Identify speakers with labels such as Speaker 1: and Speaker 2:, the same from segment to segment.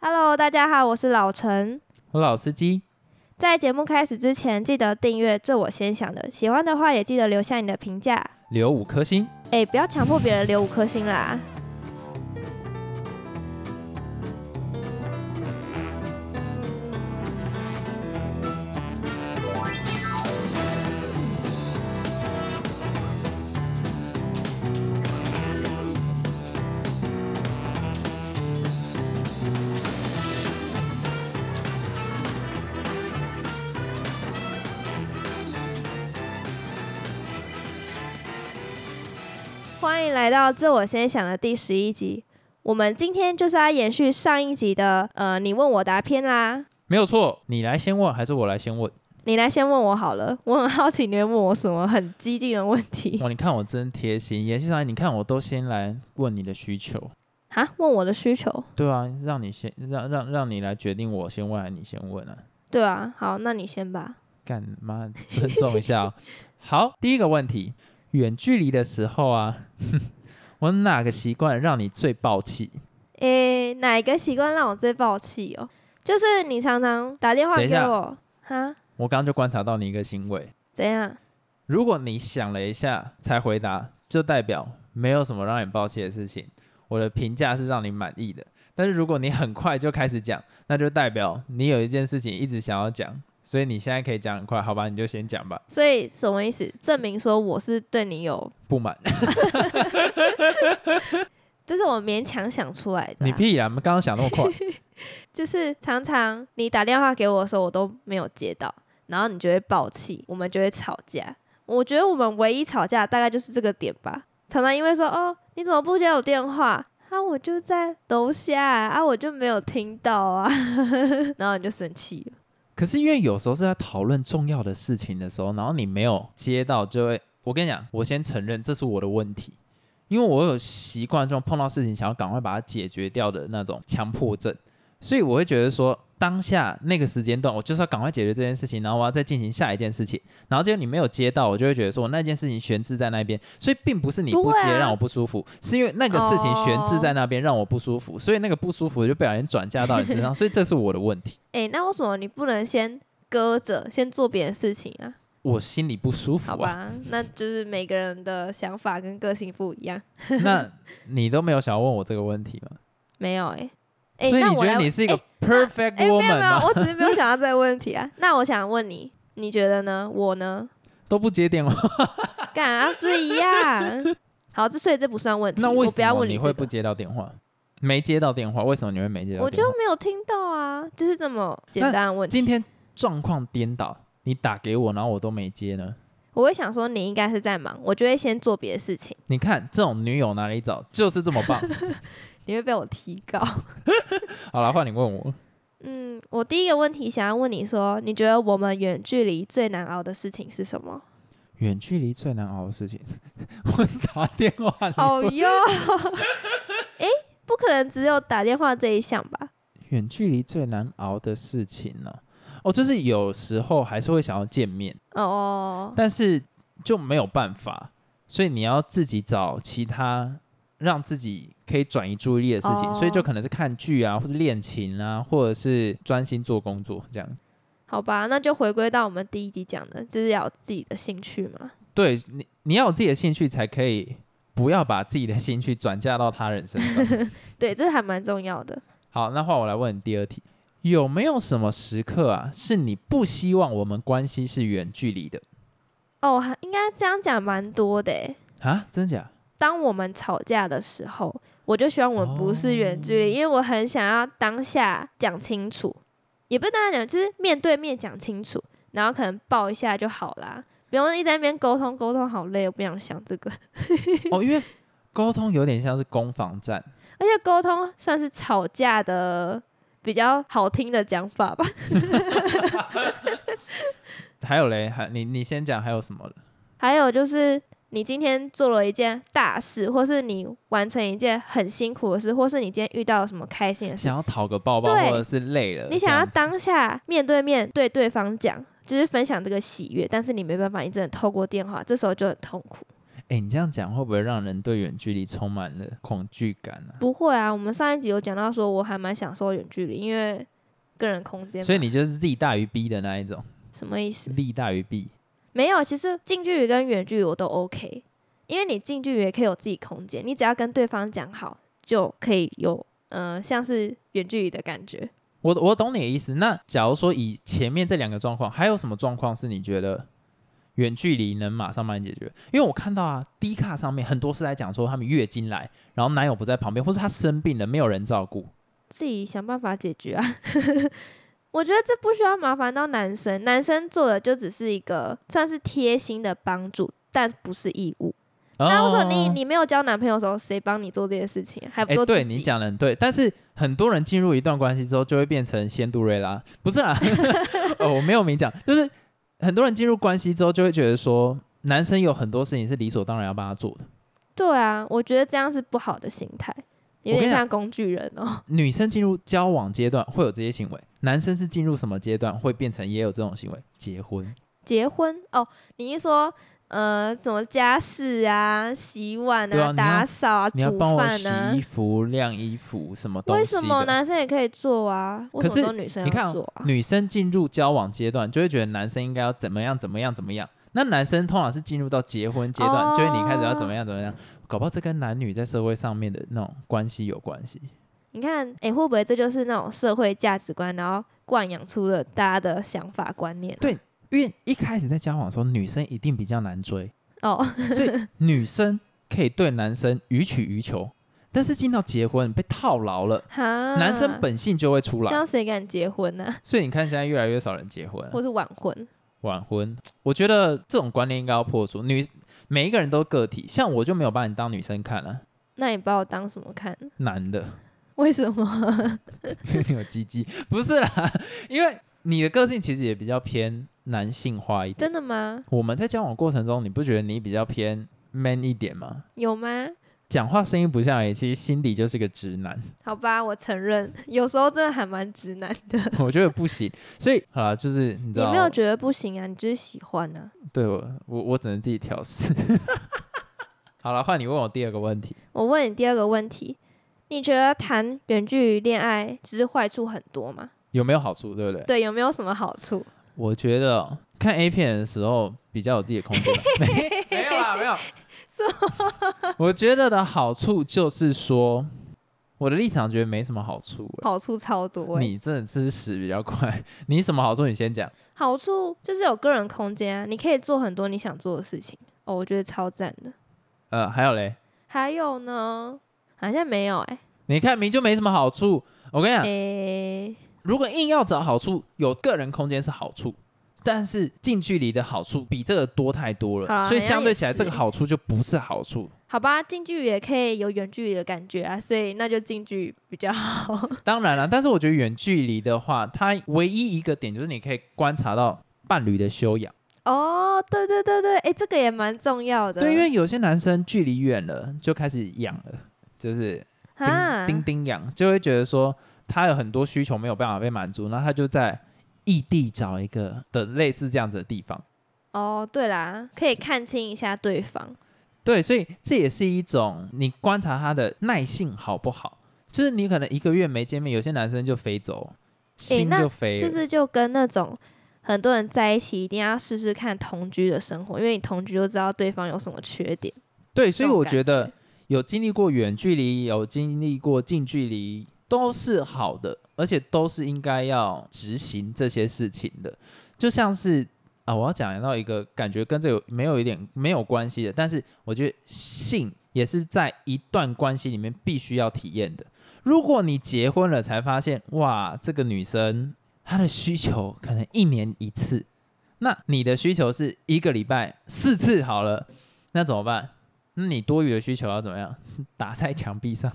Speaker 1: Hello，大家好，我是老陈。
Speaker 2: 我老司机，
Speaker 1: 在节目开始之前，记得订阅《这我先想的》，喜欢的话也记得留下你的评价。
Speaker 2: 留五颗星。
Speaker 1: 哎、不要强迫别人留五颗星啦。欢迎来到《这我先想的》第十一集。我们今天就是要延续上一集的呃，你问我答篇啦。
Speaker 2: 没有错，你来先问还是我来先问？
Speaker 1: 你来先问我好了，我很好奇你会问我什么很激进的问 题
Speaker 2: 哦哇，你看我真贴心，延续上来，啊你看我都先来问你的需求。
Speaker 1: 啊？问我的需求？
Speaker 2: 对啊，让你先让让让你来决定，我先问还是你先问啊？
Speaker 1: 对啊，好，那你先吧。
Speaker 2: 干妈，尊重一下、哦。好，第一个问题，远距离的时候啊， 我哪个习惯让你最爆气？
Speaker 1: 诶、哪一个习惯让我最爆气哦？就是你常常打电话
Speaker 2: 等一
Speaker 1: 给
Speaker 2: 下
Speaker 1: 我，哈，
Speaker 2: 我刚刚就观察到你一个行为，
Speaker 1: 怎样？
Speaker 2: 如果你想了一下才回答，就代表没有什么让你抱歉的事情。我的评价是让你满意的。但是如果你很快就开始讲，那就代表你有一件事情一直想要讲，所以你现在可以讲很快，好吧？你就先讲吧。
Speaker 1: 所以什么意思？证明说我是对你有，
Speaker 2: 不满
Speaker 1: 这是我勉强想出来的啊、
Speaker 2: 你屁啦！刚刚想那么快，
Speaker 1: 就是常常你打电话给我的时候，我都没有接到，然后你就会爆气，我们就会吵架。我觉得我们唯一吵架大概就是这个点吧。常常因为说哦，你怎么不接我电话？啊，我就在楼下啊，我就没有听到啊， 然后你就生气了。
Speaker 2: 可是因为有时候是在讨论重要的事情的时候，然后你没有接到，就会我跟你讲，我先承认这是我的问题，因为我有习惯这种碰到事情想要赶快把它解决掉的那种强迫症，所以我会觉得说当下那个时间段，我就是要赶快解决这件事情，然后我要再进行下一件事情，然后结果你没有接到，我就会觉得说我那件事情悬置在那边，所以并不是你
Speaker 1: 不
Speaker 2: 不
Speaker 1: 会
Speaker 2: 接
Speaker 1: 啊
Speaker 2: 让我不舒服，是因为那个事情悬置
Speaker 1: 哦
Speaker 2: 在那边让我不舒服，所以那个不舒服就不小心转嫁到你身上，所以这是我的问题。
Speaker 1: 诶，那为什么你不能先搁着，先做别的事情啊？
Speaker 2: 我心里不舒服、啊，
Speaker 1: 好吧，那就是每个人的想法跟个性不一样。
Speaker 2: 那你都没有想要问我这个问题吗？
Speaker 1: 没有诶， 诶，
Speaker 2: 所以
Speaker 1: 那
Speaker 2: 你
Speaker 1: 我
Speaker 2: 觉得
Speaker 1: 来
Speaker 2: 你是一个
Speaker 1: 诶
Speaker 2: perfect
Speaker 1: 哎、没有
Speaker 2: woman
Speaker 1: 没有
Speaker 2: 吗？，
Speaker 1: 我只是没有想到这个问题啊。 那我想问你，你觉得呢？我呢？
Speaker 2: 都不接电话，
Speaker 1: 干啊，不一样。 好，这所以这不算问题，
Speaker 2: 那为
Speaker 1: 我不要
Speaker 2: 什么
Speaker 1: 问
Speaker 2: 你
Speaker 1: 这
Speaker 2: 会不
Speaker 1: 个。
Speaker 2: 接到电话？没接到电话，为什么你会没接到
Speaker 1: 我
Speaker 2: 电
Speaker 1: 就
Speaker 2: 话？
Speaker 1: 没有听到啊，就是这么简单的问题。
Speaker 2: 今天状况颠倒，你打给我，然后我都没接呢？
Speaker 1: 我会想说你应该是在忙，我就会先做别的事情。
Speaker 2: 你看这种女友哪里找？就是这么 棒。
Speaker 1: 你会被我提高。
Speaker 2: 好了，换你问我，
Speaker 1: 嗯，我第一个问题想要问你说，你觉得我们远距离最难熬的事情是什么？
Speaker 2: 远距离最难熬的事情， 我打电话。
Speaker 1: 哦 哟，哎，不可能只有打电话这一项吧？
Speaker 2: 远距离最难熬的事情呢、哦，就是有时候还是会想要见面。
Speaker 1: 哦哦，
Speaker 2: 但是就没有办法，所以你要自己找其他让自己可以转移注意力的事情，
Speaker 1: 哦
Speaker 2: 所以就可能是看剧啊，或是练琴啊，或者是专心做工作这样。
Speaker 1: 好吧，那就回归到我们第一集讲的，就是要有自己的兴趣嘛。
Speaker 2: 对你，你要有自己的兴趣，才可以不要把自己的兴趣转嫁到他人身上。
Speaker 1: 对，这还蛮重要的。
Speaker 2: 好，那换我来问你第二题，有没有什么时刻啊，是你不希望我们关系是远距离的
Speaker 1: 哦，还应该这样讲蛮多的诶。
Speaker 2: 啊？真假？
Speaker 1: 当我们吵架的时候，我就希望我们不是远距离，因为我很想要当下讲清楚，也不是当下讲，就是面对面讲清楚，然后可能抱一下就好啦，不用一直在那边沟通沟通，好累，我不想想这个。
Speaker 2: 哦，因为沟通有点像是攻防战。
Speaker 1: 而且沟通算是吵架的比较好听的讲法吧。
Speaker 2: 还有嘞，还你你先讲还有什么
Speaker 1: 还有就是，你今天做了一件大事，或是你完成一件很辛苦的事，或是你今天遇到了什么开心的事，
Speaker 2: 想要讨个抱抱，
Speaker 1: 对
Speaker 2: 或者是累了，
Speaker 1: 你
Speaker 2: 这
Speaker 1: 想要
Speaker 2: 样子
Speaker 1: 当下面对面对对方讲，就是分享这个喜悦，但是你没办法，你只能透过电话，这时候就很痛苦。
Speaker 2: 哎，你这样讲会不会让人对远距离充满了恐惧感呢、
Speaker 1: 不会啊，我们上一集有讲到说，我还蛮享受远距离，因为个人空间嘛。
Speaker 2: 所以你就是 Z 大于 B 的那一种
Speaker 1: 什么意思？
Speaker 2: ，Z 大于 B。
Speaker 1: 没有，其实近距离跟远距离我都 OK，因为你近距离也可以有自己空间，你只要跟对方讲好，就可以有嗯、呃像是远距离的感觉。
Speaker 2: 我我懂你的意思。那假如说以前面这两个状况，还有什么状况是你觉得远距离能马上帮你解决？因为我看到啊，D 卡上面很多是在讲说他们月经来，然后男友不在旁边，或是他生病了没有人照顾。
Speaker 1: 自己想办法解决啊。 我觉得这不需要麻烦到男生，男生做的就只是一个算是贴心的帮助，但不是义务。那我说你
Speaker 2: 哦
Speaker 1: 你没有交男朋友的时候，谁帮你做这些事情？还不
Speaker 2: 哎、
Speaker 1: 都自己？
Speaker 2: 对你讲的很对，但是很多人进入一段关系之后，就会变成仙杜瑞拉，不是啊， 哦，我没有明讲，就是很多人进入关系之后，就会觉得说，男生有很多事情是理所当然要帮他做的，
Speaker 1: 对啊，我觉得这样是不好的心态，有
Speaker 2: 我
Speaker 1: 点
Speaker 2: 跟你讲
Speaker 1: 像工具人哦、
Speaker 2: 女生进入交往阶段会有这些行为，男生是进入什么阶段会变成也有这种行为？结婚。
Speaker 1: 结婚哦，你一说呃，什么家事啊、洗碗
Speaker 2: 对啊
Speaker 1: 啊、
Speaker 2: 你要
Speaker 1: 打扫啊、
Speaker 2: 你要
Speaker 1: 煮
Speaker 2: 帮我
Speaker 1: 饭
Speaker 2: 洗
Speaker 1: 啊
Speaker 2: 衣，服、晾衣服，什么东西
Speaker 1: 为
Speaker 2: 的？
Speaker 1: 什么男生也可以做啊？为
Speaker 2: 可
Speaker 1: 什么都
Speaker 2: 是
Speaker 1: 女生
Speaker 2: 你看
Speaker 1: 要
Speaker 2: 哦
Speaker 1: 做啊？
Speaker 2: 女生进入交往阶段，就会觉得男生应该要怎么样怎么样怎么样。那男生通常是进入到结婚阶段，
Speaker 1: 哦
Speaker 2: 就会你开始要怎么样怎么样，搞不好这跟男女在社会上面的那种关系有关系。
Speaker 1: 你看，哎、会不会这就是那种社会价值观，然后惯养出了大家的想法观念啊、
Speaker 2: 对因为一开始在交往的时候，女生一定比较难 追，
Speaker 1: 哦，
Speaker 2: 所以女生可以对男生予取予求，但是进到结婚被套牢了，
Speaker 1: 哈，
Speaker 2: 男生本性就会出
Speaker 1: 这
Speaker 2: 来。呃
Speaker 1: 样谁敢结婚呢、
Speaker 2: 所以你看，现在越来越少人结婚了，
Speaker 1: 或是晚婚？
Speaker 2: 晚婚，我觉得这种观念应该要破除。女每一个人都个体，像我就没有把你当女生看啊，
Speaker 1: 那你把我当什么看？
Speaker 2: 男的，
Speaker 1: 为什么？
Speaker 2: 因为你有鸡鸡，不是啦，因为你的个性其实也比较偏男性化一点。
Speaker 1: 真的吗？
Speaker 2: 我们在交往过程中，你不觉得你比较偏 man 一点吗？
Speaker 1: 有吗？
Speaker 2: 讲话声音不像也，其实心底就是个直男，
Speaker 1: 好吧，我承认，有时候真的还蛮直男的。
Speaker 2: 我觉得不行。所以好啦，就是你知
Speaker 1: 你
Speaker 2: 道，
Speaker 1: 没有觉得不行啊？你就是喜欢啊。
Speaker 2: 对我，我我只能自己调试。 好了，换你问我第二个问题。
Speaker 1: 我问你第二个问题，你觉得谈远距离恋爱只是坏处很多吗？
Speaker 2: 有没有好处，对不对？
Speaker 1: 对，有没有什么好处？
Speaker 2: 我觉得哦看 A 片的时候比较有自己的空间吧，没 没有啦，没有。 我觉得的好处就是说，我的立场觉得没什么好处欸、
Speaker 1: 好处超多、欸。
Speaker 2: 你真的是死比较快， 你什么好处你先讲。
Speaker 1: 好处就是有个人空间啊，你可以做很多你想做的事情。哦，我觉得超赞的。
Speaker 2: 呃，还有嘞，
Speaker 1: 还有呢，好像没有哎、
Speaker 2: 你看明就没什么好处。我跟你
Speaker 1: 欸。
Speaker 2: 讲，
Speaker 1: 诶、
Speaker 2: 如果硬要找好处，有个人空间是好处，但是近距离的好处比这个多太多
Speaker 1: 好
Speaker 2: 了，
Speaker 1: 啦
Speaker 2: 所以
Speaker 1: 好像
Speaker 2: 相对
Speaker 1: 也
Speaker 2: 起来
Speaker 1: 是
Speaker 2: 这个好处就不是好处。
Speaker 1: 好吧，近距离也可以有远距离的感觉啊，所以那就近距离比较好。
Speaker 2: 当然了，但是我觉得远距离的话，它唯一一个点就是你可以观察到伴侣的修养。
Speaker 1: 哦，对对对对，哎、这个也蛮重要的。
Speaker 2: 对，因为有些男生距离远了就开始痒了，就是叮
Speaker 1: 啊，
Speaker 2: 叮叮痒，就会觉得说他有很多需求没有办法被满足，那他就在异地找一个的类似这样子的地方。
Speaker 1: 哦，对啦，可以看清一下对方。
Speaker 2: 对，所以这也是一种你观察他的耐性好不好，就是你可能一个月没见面，有些男生就飞走，心
Speaker 1: 那
Speaker 2: 就飞了。
Speaker 1: 这是就跟那种很多人在一起一定要试试看同居的生活，因为你同居就知道对方有什么缺点。
Speaker 2: 对，所以
Speaker 1: 这种
Speaker 2: 我
Speaker 1: 感
Speaker 2: 觉得
Speaker 1: 觉
Speaker 2: 有经历过远距离，有经历过近距离，都是好的，而且都是应该要执行这些事情的。就像是啊，我要讲到一个感觉跟这有没有一点没有关系的，但是我觉得性也是在一段关系里面必须要体验的。如果你结婚了才发现，哇，这个女生她的需求可能一年一次，那你的需求是一个礼拜四次好了，那怎么办？那你多余的需求要怎么样？ 打在墙壁上，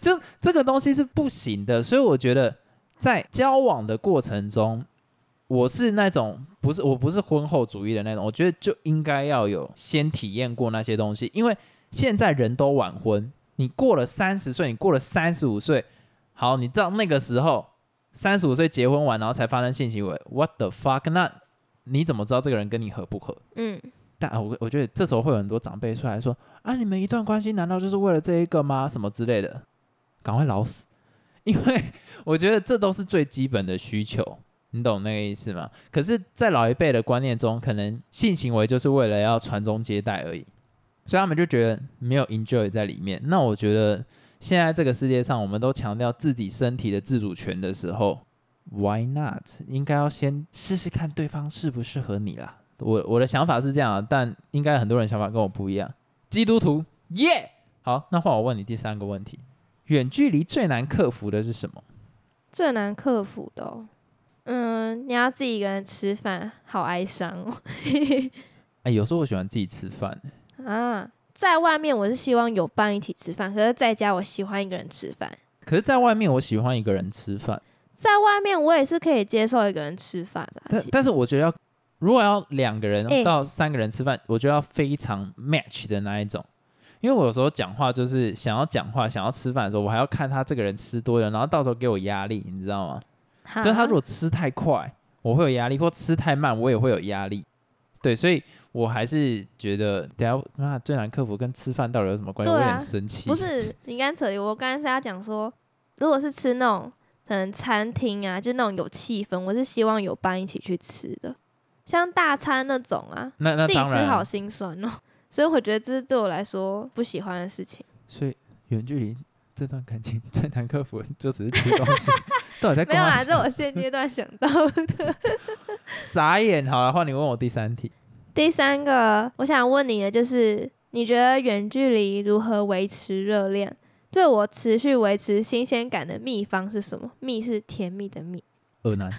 Speaker 2: 就就这个东西是不行的。所以我觉得在交往的过程中，我是那种不是我不是婚后主义的那种，我觉得就应该要有先体验过那些东西，因为现在人都晚婚，你过了三十岁，你过了三十五岁，好，你到那个时候三十五岁结婚完，然后才发生性行为，what the fuck？那你怎么知道这个人跟你合不合？
Speaker 1: 嗯，
Speaker 2: 但啊我我觉得这时候会有很多长辈出来说啊，你们一段关系难道就是为了这一个吗？什么之类的，赶快老死， 因为我觉得这都是最基本的需求，你懂那个意思吗？可是，在老一辈的观念中，可能性行为就是为了要传宗接代而已，所以他们就觉得没有 enjoy 在里面。那我觉得现在这个世界上，我们都强调自己身体的自主权的时候，Why not？应该要先试试看对方适不适合你啦。我我的想法是这样啊，但应该很多人想法跟我不一样。基督徒，耶、好，那换我问你第三个问题：远距离最难克服的是什么？
Speaker 1: 最难克服的哦、嗯，你要自己一个人吃饭，好哀伤哦。
Speaker 2: 哎、有时候我喜欢自己吃饭，
Speaker 1: 啊，在外面我是希望有伴一起吃饭，可是在家我喜欢一个人吃饭。
Speaker 2: 可是在外面我喜欢一个人吃饭，
Speaker 1: 在外面我也是可以接受一个人吃饭的，
Speaker 2: 但
Speaker 1: 啊其
Speaker 2: 但是
Speaker 1: 实
Speaker 2: 我觉得要如果要两个人
Speaker 1: 哎
Speaker 2: 到三个人吃饭，我觉得要非常 match 的那一种。因为我有时候讲话就是想要讲话，想要吃饭的时候，我还要看他这个人吃多久，然后到时候给我压力，你知道吗？
Speaker 1: 哈
Speaker 2: 就是他如果吃太快，我会有压力；或吃太慢，我也会有压力。对，所以我还是觉得，等一下那最难克服跟吃饭到底有什么关系？
Speaker 1: 对
Speaker 2: 我有
Speaker 1: 啊
Speaker 2: 点生气。
Speaker 1: 不是你刚才扯离，我刚才是要讲说，如果是吃那种可能餐厅啊，就那种有气氛，我是希望有伴一起去吃的，像大餐那种啊，
Speaker 2: 那那
Speaker 1: 自己
Speaker 2: 当
Speaker 1: 吃
Speaker 2: 然啊，
Speaker 1: 好心酸哦。 所以我觉得这是对我来说不喜欢的事情。
Speaker 2: 所以远距离这段感情最难克服的就只是吃东西， 到底在
Speaker 1: 没有
Speaker 2: 干嘛
Speaker 1: 啦，这我现阶段想到的。
Speaker 2: 傻眼。好了，换你问我第三题。
Speaker 1: 第三个，我想问你的就是，你觉得远距离如何维持热恋？对我持续维持新鲜感的秘方是什么？蜜是甜蜜的蜜。
Speaker 2: 恶男。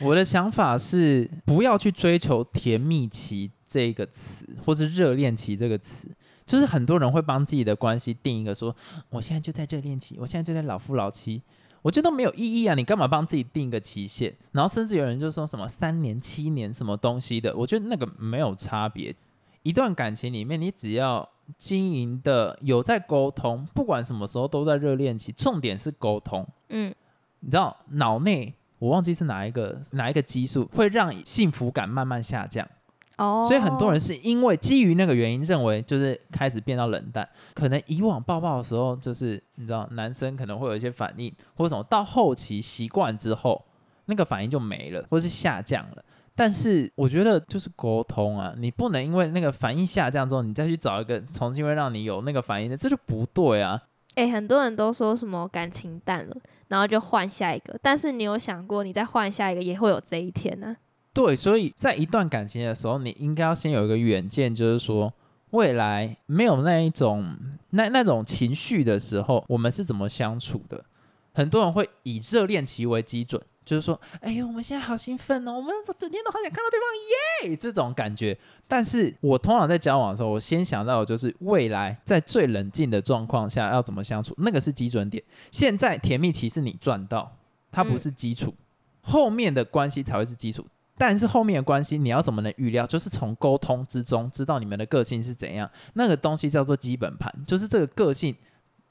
Speaker 2: 我的想法是，不要去追求“甜蜜期”这个词，或是“热恋期”这个词。就是很多人会帮自己的关系定一个说，我现在就在热恋期，我现在就在老夫老妻，我觉得没有意义啊！你干嘛帮自己定一个期限？然后甚至有人就说什么三年、七年什么东西的，我觉得那个没有差别。一段感情里面，你只要经营的有在沟通，不管什么时候都在热恋期，重点是沟通。
Speaker 1: 嗯，
Speaker 2: 你知道脑内我忘记是哪一个哪一个激素会让幸福感慢慢下降，
Speaker 1: 哦
Speaker 2: 所以很多人是因为基于那个原因认为就是开始变到冷淡，可能以往抱抱的时候就是你知道男生可能会有一些反应或者什么，到后期习惯之后那个反应就没了或是下降了。但是我觉得就是沟通啊，你不能因为那个反应下降之后，你再去找一个重新会让你有那个反应的，这就不对啊。
Speaker 1: 诶，很多人都说什么感情淡了，然后就换下一个。但是你有想过，你再换下一个也会有这一天啊呢、
Speaker 2: 对，所以在一段感情的时候，你应该要先有一个远见，就是说未来没有那一种那那种情绪的时候，我们是怎么相处的？很多人会以热恋期为基准，就是说，哎呦，我们现在好兴奋哦，我们整天都好想看到对方，耶，这种感觉。但是我通常在交往的时候，我先想到的就是未来在最冷静的状况下要怎么相处，那个是基准点。现在甜蜜期是你赚到，它不
Speaker 1: 嗯
Speaker 2: 是基础，后面的关系才会是基础。但是后面的关系你要怎么能预料？就是从沟通之中知道你们的个性是怎样，那个东西叫做基本盘，就是这个个性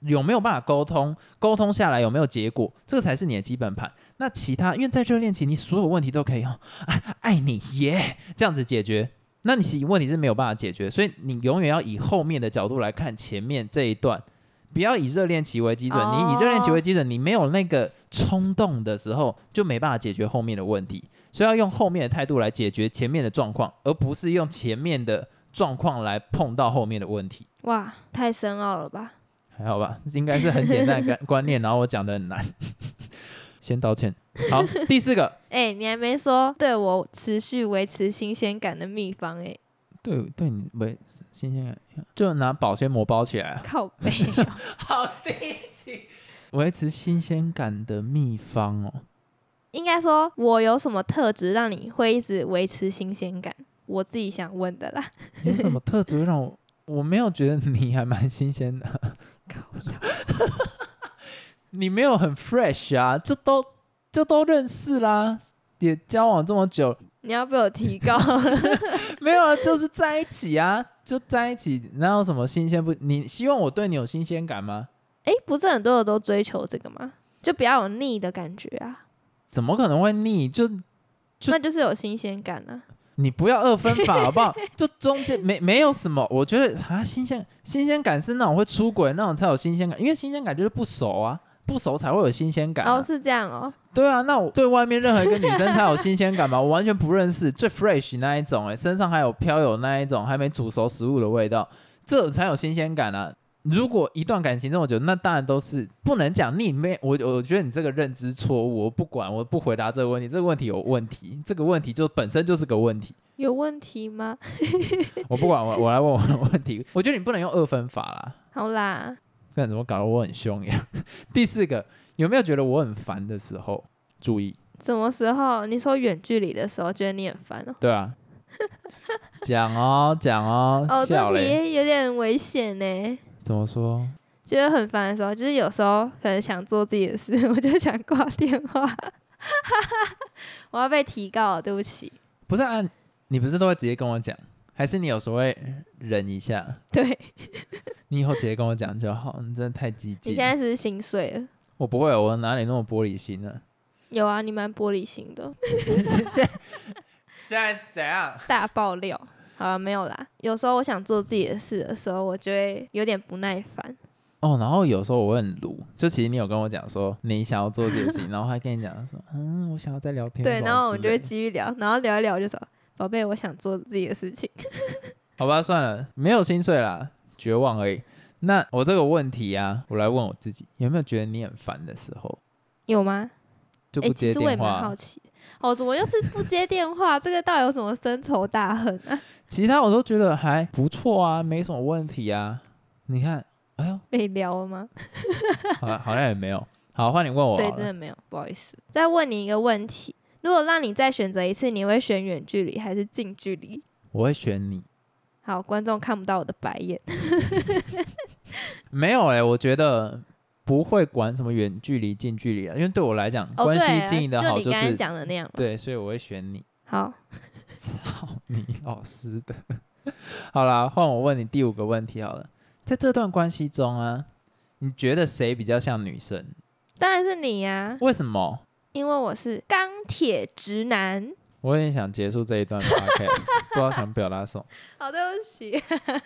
Speaker 2: 有没有办法沟通，沟通下来有没有结果，这个才是你的基本盘。那其他，因为在热恋期，你所有问题都可以用爱爱你耶、这样子解决。那你其问题是没有办法解决，所以你永远要以后面的角度来看前面这一段，不要以热恋期为基准。你以热恋期为基准，你没有那个冲动的时候，就没办法解决后面的问题。所以要用后面的态度来解决前面的状况，而不是用前面的状况来碰到后面的问题。
Speaker 1: 哇，太深奥了吧？
Speaker 2: 还好吧，应该是很简单的观观念，然后我讲的很难， 先道歉。好，第四个，
Speaker 1: 诶，你还没说对我持续维持新鲜感的秘方诶，
Speaker 2: 对对你没新鲜感，就拿保鲜膜包起来，啊
Speaker 1: 靠背哦
Speaker 2: 好低级。维持新鲜感的秘方哦，
Speaker 1: 应该说我有什么特质让你会一直维持新鲜感？我自己想问的啦。
Speaker 2: 你有什么特质会让我？我没有觉得你还蛮新鲜的，
Speaker 1: 靠
Speaker 2: 你没有很 fresh 啊，这都这都认识啦，也交往这么久，
Speaker 1: 你要被我提高，
Speaker 2: 没有啊，就是在一起啊，就在一起，哪有什么新鲜不？你希望我对你有新鲜感吗？
Speaker 1: 诶，不是很多人都追求这个吗？就不要有腻的感觉啊，
Speaker 2: 怎么可能会腻？就就
Speaker 1: 那就是有新鲜感啊。
Speaker 2: 你不要二分法好不 好？就中间没没有什么，我觉得啊，新鲜新鲜感是那种会出轨那种才有新鲜感，因为新鲜感就是不熟啊，不熟才会有新鲜感、啊。
Speaker 1: 哦，是这样哦，
Speaker 2: 对啊，那我对外面任何一个女生才有新鲜感啊嘛，我完全不认识，最 fresh 那一种、欸，哎，身上还有飘有那一种还没煮熟食物的味道，这才有新鲜感啊。如果一段感情这么久，那当然都是不能讲你没我，我觉得你这个认知错误，我不管，我不回答这个问题，这个问题有问题，这个问题就本身就是个问题，
Speaker 1: 有问题吗？
Speaker 2: 我不管，我我来问我的问题，我觉得你不能用二分法啦，
Speaker 1: 好啦，
Speaker 2: 不然怎么搞得我很凶呀？ 第四个，有没有觉得我很烦的时候？注意，
Speaker 1: 什么时候你说远距离的时候觉得你很烦哦？
Speaker 2: 对啊，讲哦讲哦，
Speaker 1: 哦，
Speaker 2: 笑
Speaker 1: 这
Speaker 2: 嘞，
Speaker 1: 题有点危险呢。
Speaker 2: 怎么说？
Speaker 1: 觉得很烦的时候，就是有时候可能想做自己的事， 我就想挂电话， 我要被提告了，对不起。
Speaker 2: 不是啊，你不是都会直接跟我讲，还是你有时候会忍一下？
Speaker 1: 对
Speaker 2: 你以后直接跟我讲就好，你真的太激
Speaker 1: 你
Speaker 2: 进
Speaker 1: 现。在是不是心碎了，
Speaker 2: 我不会，我哪里那么玻璃心呢？
Speaker 1: 有啊，你蛮玻璃心的，
Speaker 2: 现在现在怎样？
Speaker 1: 大爆料。好了，没有啦。有时候我想做自己的事的时候，我就会有点不耐烦。
Speaker 2: 哦，然后有时候我会很鲁，就其实你有跟我讲说你想要做这件事情，然后还跟你讲说，嗯，我想要再聊天什么
Speaker 1: 对，
Speaker 2: 之类的。
Speaker 1: 然后我们就会继续聊，然后聊一聊我就说：“宝贝，我想做自己的事情。
Speaker 2: 好吧，算了，没有心碎啦，绝望而已。那我这个问题啊，我来问我自己，有没有觉得你很烦的时候”
Speaker 1: 有吗？
Speaker 2: 就
Speaker 1: 哎、
Speaker 2: 不
Speaker 1: 其
Speaker 2: 接
Speaker 1: 实我也
Speaker 2: 电话
Speaker 1: 蛮
Speaker 2: 啊？
Speaker 1: 好奇，哦，怎么又是不接电话？这个到底有什么深仇大恨啊？
Speaker 2: 其他我都觉得还不错啊，没什么问题啊。你看，哎呦，
Speaker 1: 被撩了吗？
Speaker 2: 好像好像也没有。好，换你问我好
Speaker 1: 对，
Speaker 2: 了。
Speaker 1: 真的没有，不好意思。再问你一个问题：如果让你再选择一次，你会选远距离还是近距离？
Speaker 2: 我会选你。
Speaker 1: 好，观众看不到我的白眼。
Speaker 2: 没有哎、我觉得不会管什么远距离、近距离啊，因为对我来讲，
Speaker 1: 哦，
Speaker 2: 关
Speaker 1: 对
Speaker 2: 系
Speaker 1: 啊，
Speaker 2: 经营的好
Speaker 1: 就你刚才
Speaker 2: 是
Speaker 1: 讲的那样嘛。
Speaker 2: 对，所以我会选你。
Speaker 1: 好，
Speaker 2: 操 你老师的！ 好啦，换我问你第五个问题好了，在这段关系中啊，你觉得谁比较像女生？
Speaker 1: 当然是你呀、
Speaker 2: 为什么？
Speaker 1: 因为我是钢铁直男。
Speaker 2: 我有点想结束这一段 podcast，不 知道想表达什么。
Speaker 1: 好，对不起，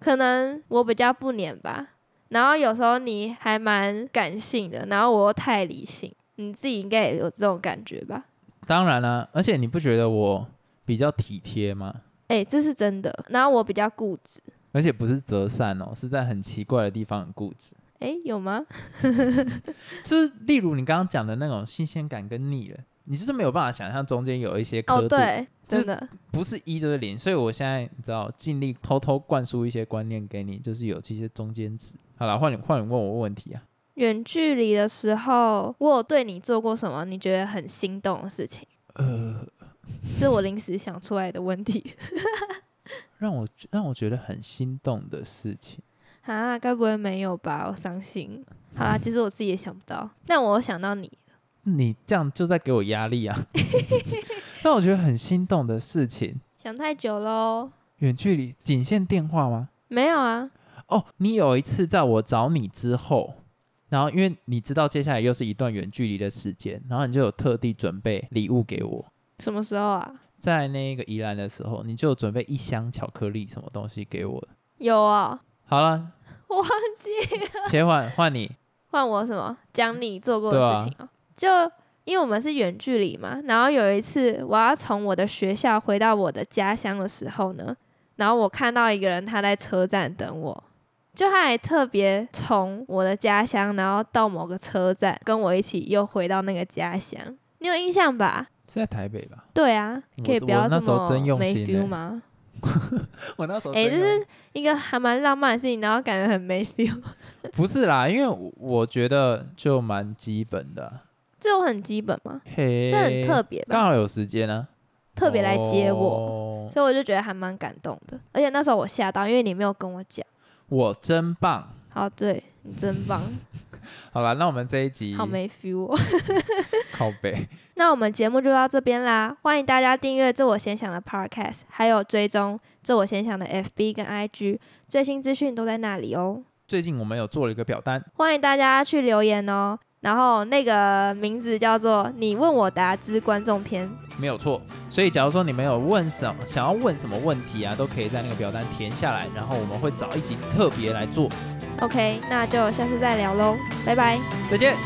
Speaker 1: 可能我比较不粘吧。然后有时候你还蛮感性的，然后我又太理性，你自己应该也有这种感觉吧？
Speaker 2: 当然啦、而且你不觉得我比较体贴吗？
Speaker 1: 哎、这是真的。然后我比较固执，
Speaker 2: 而且不是择善哦，是在很奇怪的地方很固执。
Speaker 1: 哎、有吗？
Speaker 2: 就是例如你刚刚讲的那种新鲜感跟腻了，你就是没有办法想象中间有一些刻
Speaker 1: 哦，
Speaker 2: 度，
Speaker 1: 对，
Speaker 2: 就
Speaker 1: 真的，
Speaker 2: 不是一就是零。所以我现在你知道，尽力偷偷灌输一些观念给你，就是有这些中间值。好了，换你换你问我问题啊，
Speaker 1: 远距离的时候，我有对你做过什么你觉得很心动的事情？
Speaker 2: 呃，
Speaker 1: 这是我临时想出来的问题
Speaker 2: 让我让我觉得很心动的事情，
Speaker 1: 啊，该不会没有吧？我伤心。好啦，其实我自己也想不到，但我想到你，
Speaker 2: 你这样就在给我压力啊， 让我觉得很心动的事情，
Speaker 1: 想太久喽。
Speaker 2: 远距离仅限电话吗？
Speaker 1: 没有啊，
Speaker 2: 哦，你有一次在我找你之后，然后因为你知道接下来又是一段远距离的时间，然后你就有特地准备礼物给我。
Speaker 1: 什么时候啊？
Speaker 2: 在那个宜兰的时候，你就有准备一箱巧克力什么东西给我。
Speaker 1: 有啊，
Speaker 2: 好了，
Speaker 1: 我 忘记
Speaker 2: 切换换你，
Speaker 1: 换我什么？讲你做过的事情啊？就因为我们是远距离嘛，然后有一次我要从我的学校回到我的家乡的时候呢，然后我看到一个人他在车站等我，就他还特别从我的家乡，然后到某个车站跟我一起又回到那个家乡，你有印象吧？
Speaker 2: 是在台北吧？
Speaker 1: 对啊
Speaker 2: 我，
Speaker 1: 可以不要
Speaker 2: 我那
Speaker 1: 这
Speaker 2: 时候真
Speaker 1: 么
Speaker 2: 用
Speaker 1: 没
Speaker 2: 心欸
Speaker 1: feel 吗？
Speaker 2: 我那时候
Speaker 1: 哎、这
Speaker 2: 真有
Speaker 1: 是一个还蛮浪漫的事情，然后感觉很没 feel，
Speaker 2: 不是啦？因为我我觉得就蛮基本的，
Speaker 1: 这种很基本吗？
Speaker 2: 嘿，
Speaker 1: 这很特，别吧？
Speaker 2: 刚好有时间呢、
Speaker 1: 特别来接我。
Speaker 2: 哦
Speaker 1: 所以我就觉得还蛮感动的。而且那时候我吓到，因为你没有跟我讲。
Speaker 2: 我真棒。
Speaker 1: 好，对你真 棒，
Speaker 2: 好了，那我们这一集
Speaker 1: 好没 feel 哦。
Speaker 2: 靠北。
Speaker 1: 那我们节目就到这边啦，欢迎大家订阅《这我先想》的 Podcast，还有追踪《这我先想》的 FB 跟 IG，最新资讯都在那里哦。
Speaker 2: 最近我们有做了一个表单，
Speaker 1: 欢迎大家去留言哦。然后那个名字叫做《你问我答之观众篇》。
Speaker 2: 没有错。所以，假如说你们有问什么，想要问什么问题啊，都可以在那个表单填下来，然后我们会找一集特别来做。
Speaker 1: OK，那就下次再聊喽，拜拜。
Speaker 2: 再见。